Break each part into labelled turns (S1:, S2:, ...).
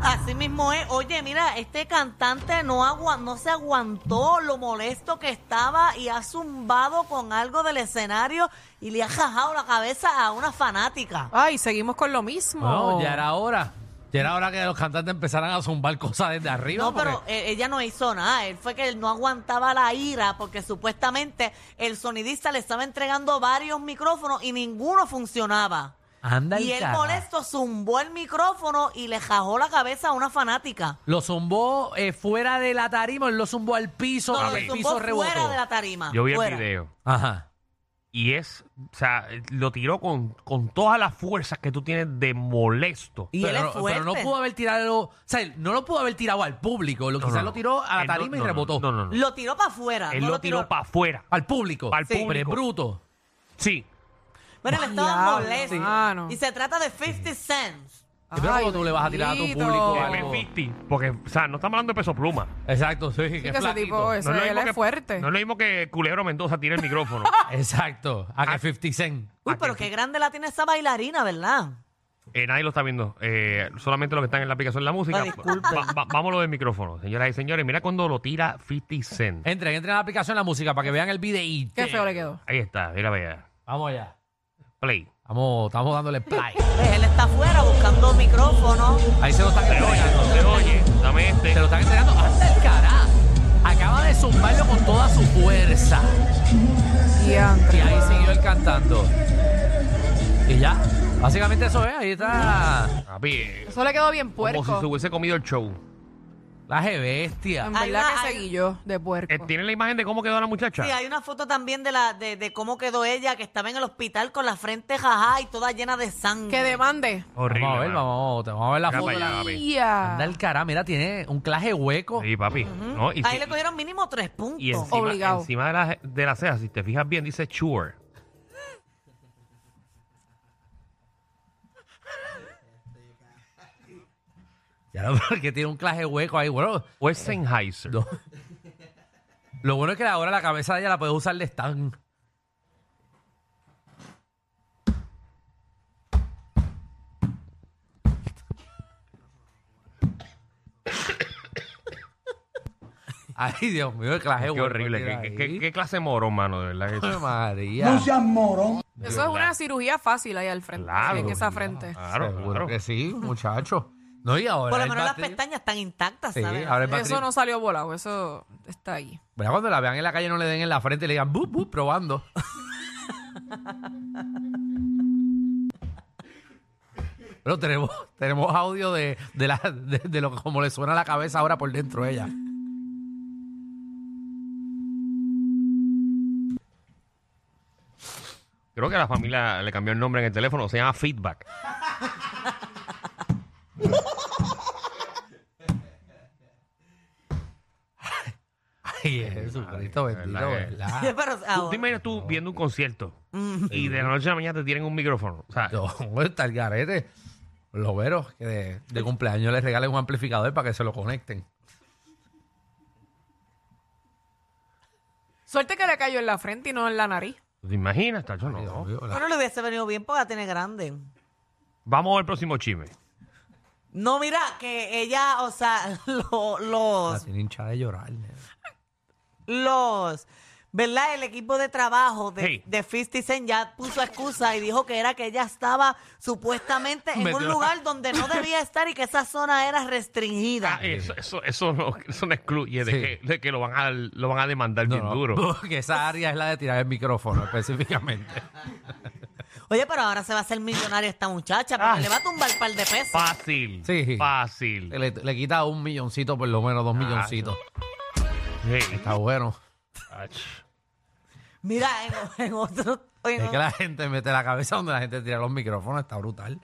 S1: Así mismo es. Oye, mira, este cantante no, agua- no se aguantó lo molesto que estaba y ha zumbado con algo del escenario y le ha jajado la cabeza a una fanática.
S2: Ah,
S3: Ay, seguimos con lo mismo.
S2: Bueno, ya era hora. Ya era hora que los cantantes empezaran a zumbar cosas desde arriba.
S1: No, pero
S2: porque-
S1: eh, ella no hizo nada. Él fue que él no aguantaba la ira porque supuestamente el sonidista le estaba entregando varios micrófonos y ninguno funcionaba.
S2: Anda
S1: Y
S2: el
S1: él
S2: carajo.
S1: molesto zumbó el micrófono y le jajó la cabeza a una fanática.
S2: Lo zumbó eh, fuera de la tarima, él lo zumbó al piso,
S1: No,
S2: el
S1: lo
S2: piso
S1: zumbó
S2: rebotó.
S1: fuera de la tarima.
S4: Yo vi el
S1: fuera.
S4: video.
S2: Ajá.
S4: Y es, o sea, lo tiró con, con todas las fuerzas que tú tienes de molesto.
S1: Y él
S2: pero,
S1: es
S2: no- pero no
S1: fuerte.
S2: pudo haber tirado, o sea, él no lo pudo haber tirado al público, lo,
S4: No,
S2: quizás
S4: no, no.
S2: lo tiró a
S4: Él
S2: la
S4: no-
S2: tarima
S4: no,
S2: y rebotó.
S4: No, no, no.
S1: Lo tiró para afuera.
S4: Él
S1: no
S4: lo tiró para afuera.
S2: Al público.
S4: Al
S2: Pero es
S4: público.
S2: bruto.
S4: Sí.
S1: Pero él estaba
S3: Diablo,
S1: molesto.
S3: mano.
S1: Y se trata de 50 cents.
S2: Yo creo que tú le vas a tirar a tu público
S3: bendito.
S2: algo.
S4: Es 50. Porque, o sea, no estamos hablando de peso pluma.
S2: Exacto, sí, que
S3: que
S2: es
S3: ese
S2: flaquito.
S3: tipo es-
S4: No lo
S3: él
S4: mismo
S3: es
S4: que-
S3: fuerte.
S4: No es lo mismo que Culebro Mendoza tira el micrófono.
S2: Exacto, a
S4: Ah.
S2: que 50 Cent.
S1: Uy,
S4: ¿A
S1: pero
S4: qué?
S1: qué grande la tiene esa bailarina, ¿verdad?
S4: Eh, nadie lo está viendo. Eh, solamente los que están en la aplicación de la música.
S1: Ah, disculpe.
S4: Va- va- vámonos del micrófono, señoras y señores. Mira cuando lo tira 50 Cent.
S2: Entren, entren a la aplicación la música para que vean el videíto.
S3: Qué feo le quedó.
S4: Ahí está, mira, vea.
S2: Vamos allá.
S4: Play.
S2: Estamos, estamos dándole play.
S1: Pues él está afuera buscando micrófono.
S2: Ahí se lo están
S4: Se oye,
S2: entregando.
S4: se oye. Dame este.
S2: Se lo están entregando. ¡Hasta el carajo! Acaba de zumbarlo con toda su fuerza. Y
S3: Diantre.
S2: ahí siguió él cantando. Y ya. Básicamente eso es. Ahí está.
S4: Papi, eh,
S3: Eso le quedó bien
S4: como si se
S3: puerco.
S4: hubiese comido el show. Eh,
S2: La je bestia.
S3: En
S1: Ahí
S3: verdad
S1: va,
S3: que
S1: ahí-
S3: seguí yo de puerco.
S2: Este
S4: Eh, ¿Tienen la imagen de cómo quedó la muchacha?
S1: Sí, hay una foto también de la de, de cómo quedó ella, que estaba en el hospital con la frente jajá y toda llena de sangre.
S3: Que demande.
S4: Horrible.
S2: vamos a ver,
S4: mano.
S2: vamos, te- vamos a ver la
S4: Mira
S2: foto.
S4: para allá, papi.
S3: Ya.
S2: Anda el carajo. Mira, tiene un claje hueco.
S4: Sí, papi. ¿no? Y,
S1: Ahí
S4: si-
S1: le cogieron mínimo tres puntos.
S4: y encima,
S3: Obligado.
S4: encima de, la, de la ceja, si te fijas bien, dice sure.
S2: Ya lo porque tiene un claje hueco ahí. Bueno,
S4: O es Sennheiser.
S2: no. lo bueno es que ahora la cabeza de ella la puede usar de stand. Ay, Dios mío, el claje
S4: Qué
S2: hueco
S4: horrible.
S2: tiene
S4: ¿Qué,
S2: ahí.
S4: qué- qué clase de morón, mano, de verdad. que
S2: Ay,
S4: es.
S2: María.
S3: Eso es una cirugía fácil ahí al frente.
S4: Claro,
S3: En esa frente.
S4: Claro,
S2: Seguro
S4: claro.
S2: que sí, muchacho. No, y ahora.
S1: Por lo
S2: el
S1: menos las
S2: bate-
S1: pestañas están intactas,
S2: Sí,
S1: ¿sabes?
S2: ahora el bate-
S3: Eso no salió volado, eso está ahí.
S2: Mira, cuando la vean en la calle, no le den en la frente y le digan, bup, bup, probando. Pero tenemos, tenemos audio de, de, la, de, de lo como le suena la cabeza ahora por dentro a ella.
S4: Creo que a la familia le cambió el nombre en el teléfono. Se llama Feedback.
S2: Ay, Jesucristo
S4: Ay,
S2: bendito,
S4: verdad que-
S2: ¿verdad?
S1: Sí, pero
S4: Tú
S1: ahora-
S4: te imaginas tú viendo un concierto y de la noche a la mañana te tienen un micrófono. O sea,
S2: Yo, pues, está el garete. Los veros que de, de cumpleaños les regalen un amplificador para que se lo conecten.
S3: Suerte que le cayó en la frente y no en la nariz.
S4: ¿tú te imaginas, tacho? No,
S2: Ay,
S4: no.
S2: Dios mío, la-
S1: Bueno, le hubiese venido bien porque la tiene grande.
S4: Vamos al próximo chisme.
S1: No, mira, que ella, o sea, lo-
S2: la
S1: los
S2: tiene hinchada de llorar. nena.
S1: los, ¿verdad? El equipo de trabajo de,
S4: Hey.
S1: de 50 Cent ya puso excusa y dijo que era que ella estaba supuestamente en
S2: Metió
S1: un
S2: la-
S1: lugar donde no debía estar y que esa zona era restringida.
S4: Ah, eso, eso, eso no, eso no excluye de,
S2: eh, Sí.
S4: que, de que lo van a, lo van a demandar
S2: No,
S4: bien
S2: no,
S4: duro.
S2: Porque esa área es la de tirar el micrófono específicamente.
S1: Oye, pero ahora se va a hacer millonaria esta muchacha porque
S4: Ah.
S1: le va a tumbar un par de pesos.
S4: Fácil.
S2: Sí.
S4: Fácil.
S2: Le, le quita un milloncito, por lo menos dos milloncitos.
S4: Sí.
S2: Está bueno.
S4: Ach.
S1: Mira, en, en otro... en
S2: Es que la gente mete la cabeza donde la gente tira los micrófonos. Está brutal.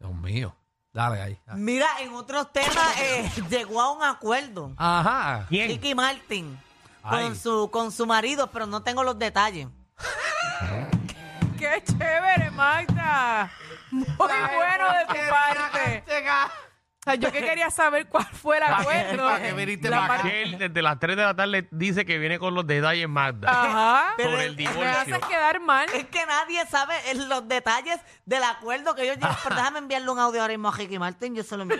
S2: Dios mío. Dale ahí.
S1: o- Mira, en otros temas eh, llegó a un acuerdo.
S2: Ajá.
S4: ¿Quién?
S1: Ricky Martin
S2: Ay.
S1: con su, con su marido, pero no tengo los detalles.
S3: ¡Qué chévere, Magda. Muy bueno de tu parte. O sea, yo que quería saber cuál fue el acuerdo.
S2: para que viniste
S3: La
S2: para
S3: parte-
S2: acá.
S4: Él desde las 3 de la tarde dice que viene con los detalles Magda
S3: Ajá.
S1: Ah, Pero
S4: sobre
S1: el-
S4: el
S3: Me haces
S4: divorcio.
S3: quedar mal.
S1: Es que nadie sabe eh, los detalles del acuerdo que yo llevo. Pero déjame enviarle un audio ahora mismo a Ricky Martin, yo se lo envío.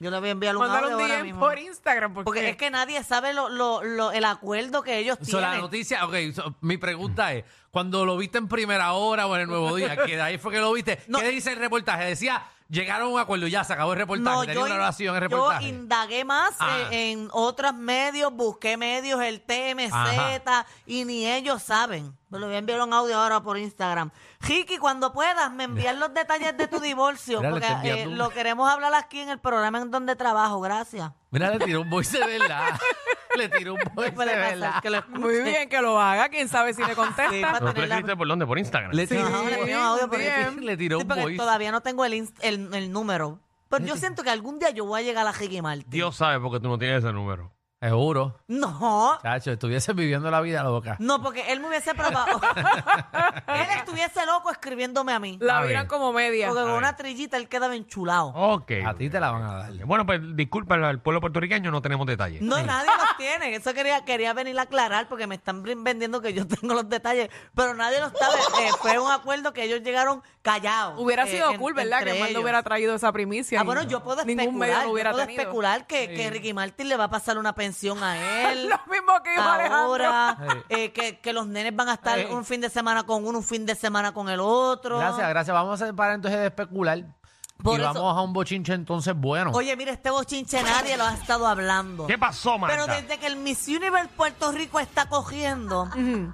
S1: Yo le voy a enviar un
S3: Mandar
S1: audio
S3: un
S1: ahora
S3: DM
S1: mismo.
S3: por Instagram. Porque,
S1: Porque es que nadie sabe lo, lo- lo- el acuerdo que ellos
S2: So, la
S1: tienen.
S2: noticia, ok, so, mi pregunta es, cuando lo viste en primera hora o en el nuevo día, que de ahí fue que lo viste,
S1: No.
S2: ¿qué dice el reportaje? Decía, llegaron a un acuerdo, ya se acabó el reportaje, tenía una
S1: in-
S2: oración el
S1: yo
S2: reportaje.
S1: indagué más
S2: Ah.
S1: eh, en otros medios, busqué medios, el TMZ,
S2: Ajá.
S1: y ni ellos saben. Me lo voy a enviar un audio ahora por Instagram. Ricky, cuando puedas, me envías los detalles de tu divorcio,
S2: Mira, le
S1: porque
S2: está enviando
S1: eh,
S2: un-
S1: lo queremos hablar aquí en el programa en donde trabajo. Gracias.
S2: Mira, le tiró un voice de verdad. le tiró un voice de
S1: puede pasar?
S2: verdad.
S1: Que lo
S3: Muy bien que lo haga. Quién sabe
S1: Ah,
S3: si le contesta.
S4: ¿Pero tú le
S1: tener la-
S4: escribiste por dónde? Por Instagram.
S2: Le
S3: Sí,
S2: tiró,
S1: Ajá, le ponía un audio por
S3: bien.
S1: Ricky.
S2: le tiró
S1: Sí,
S2: un
S1: porque
S2: voice.
S1: todavía no tengo el, inst- el, el número. Pero yo siento que algún día yo voy a llegar a Ricky Martin.
S4: Dios sabe porque tú no tienes ese número.
S2: Seguro.
S1: No,
S2: Chacho, estuviese viviendo la vida loca.
S1: no, porque él me hubiese probado. él estuviese loco escribiéndome a mí.
S3: La
S2: Está
S3: miran
S2: bien.
S3: como media.
S1: Porque con una trillita él queda enchulado.
S4: Ok.
S2: A ti te la van a dar.
S4: Bueno, pues disculpa, al pueblo puertorriqueño no tenemos detalles.
S1: No, nadie los tiene. Eso quería, quería venir a aclarar porque me están brin- vendiendo que yo tengo los detalles, pero nadie los sabe. Eh, fue un acuerdo que ellos llegaron callados.
S3: Hubiera
S1: eh,
S3: sido
S1: en-
S3: cool, ¿verdad?
S1: entre
S3: Que Mando
S1: ellos.
S3: hubiera traído esa primicia.
S1: Ah,
S3: y
S1: bueno, yo puedo especular,
S3: Ningún medio lo hubiera
S1: yo puedo
S3: tenido.
S1: especular que, que Ricky Martin le va a pasar una pensión a él.
S3: Lo mismo que dijo Alejandro.
S1: Ahora, eh, que, que los nenes van a estar
S2: Ey.
S1: un fin de semana con uno, un fin de semana con el otro.
S2: Gracias, gracias. Vamos a parar entonces de especular.
S1: Por
S2: y
S1: eso-
S2: vamos a un bochinche entonces bueno.
S1: Oye, mira, este bochinche nadie lo ha estado hablando.
S4: ¿Qué pasó, Magda?
S1: Pero desde que el Miss Universe Puerto Rico está cogiendo,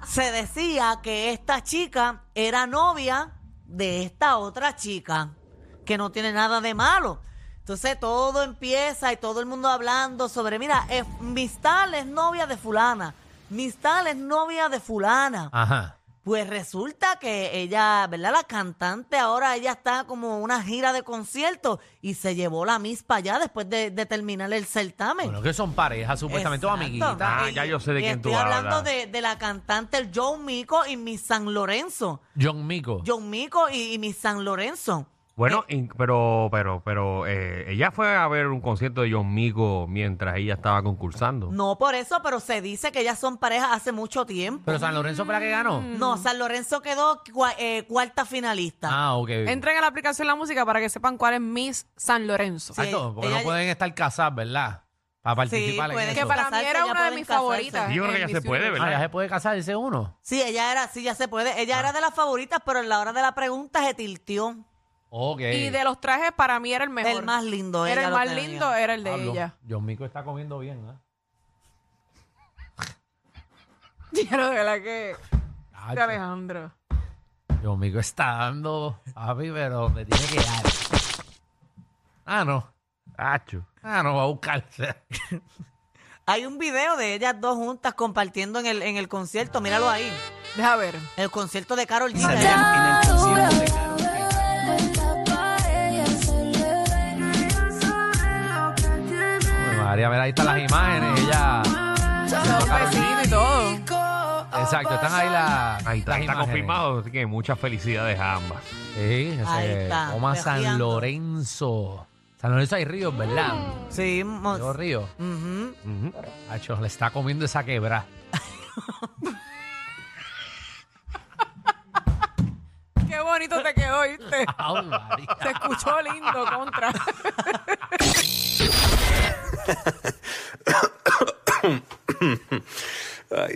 S1: se decía que esta chica era novia de esta otra chica, que no tiene nada de malo. Entonces todo empieza y todo el mundo hablando sobre, mira, eh, Miss Tal es novia de fulana, Miss Tal es novia de fulana.
S2: Ajá.
S1: Pues resulta que ella, ¿verdad? La cantante ahora, ella está como en una gira de conciertos y se llevó la Miss para allá después de, de terminar el certamen.
S2: Bueno, que son parejas supuestamente o
S1: Exacto.
S2: amiguitas.
S4: Ah, ya yo sé de
S1: Y
S4: quién tú
S1: estoy hablando
S4: hablas.
S1: de, de la cantante Joe Mico y Miss San Lorenzo.
S2: John Mico.
S1: Joe Mico y, y Miss San Lorenzo.
S4: Bueno, in- pero, pero, pero, eh, ella fue a ver un concierto de John Mico mientras ella estaba concursando.
S1: No por eso, pero se dice que ellas son parejas hace mucho tiempo.
S2: Pero San Lorenzo fue la que ganó.
S1: No, San Lorenzo quedó cua- eh, cuarta finalista.
S2: Ah, ok.
S3: Entren a la aplicación La Música para que sepan cuál es Miss San Lorenzo.
S1: Sí.
S2: Exacto, porque
S1: ella-
S2: Ah, no pueden estar casadas, ¿verdad? Para participar en
S1: pueden
S2: eso.
S3: Que para mí
S1: Casarse,
S3: era
S1: ya
S3: una de
S1: pueden
S3: mis
S1: casarse.
S3: favoritas.
S4: Yo creo que ya
S3: en
S4: se
S3: Miss
S4: puede,
S3: Universe.
S4: ¿verdad?
S2: Ah, ya se puede casar, dice uno.
S1: Sí, ella era, sí, ya se puede. Ella
S4: Ah.
S1: era de las favoritas, pero en la hora de la pregunta se tiltió.
S2: Ok.
S3: Y de los trajes, para mí era el mejor.
S1: El más lindo.
S3: Era
S1: ella
S3: el
S1: lo
S3: más
S1: tenía.
S3: lindo, era el de
S2: Pablo,
S3: ella.
S2: John Mico está comiendo bien, ¿ah?
S3: Ya no, de verdad que.
S2: Ah,
S3: de Alejandro.
S2: John Mico está dando a mí, pero me tiene que dar. Ah, no.
S4: Acho.
S2: Ah, no, va a buscarse.
S1: Hay un video de ellas dos juntas compartiendo en el, en el concierto. Míralo ahí.
S3: Deja ver.
S1: El concierto de Carol G.
S2: Bueno, María, mira, ahí están las imágenes. Ella.
S3: Un besito y todo.
S2: Exacto, están ahí las.
S4: Ahí está, está
S2: las imágenes.
S4: confirmado, así que muchas felicidades a ambas.
S2: Sí, ese,
S1: Ahí está,
S2: Oma San
S1: pesqueando.
S2: Lorenzo. San Lorenzo hay ríos, ¿verdad?
S1: Sí, mo-
S2: Dos ríos.
S1: Ujú.
S4: Ujú.
S2: Hacho, le está comiendo esa quebra.
S3: Qué bonito te quedó, ¿viste?
S2: Ay, María.
S3: Se escuchó lindo contra.
S5: Ay,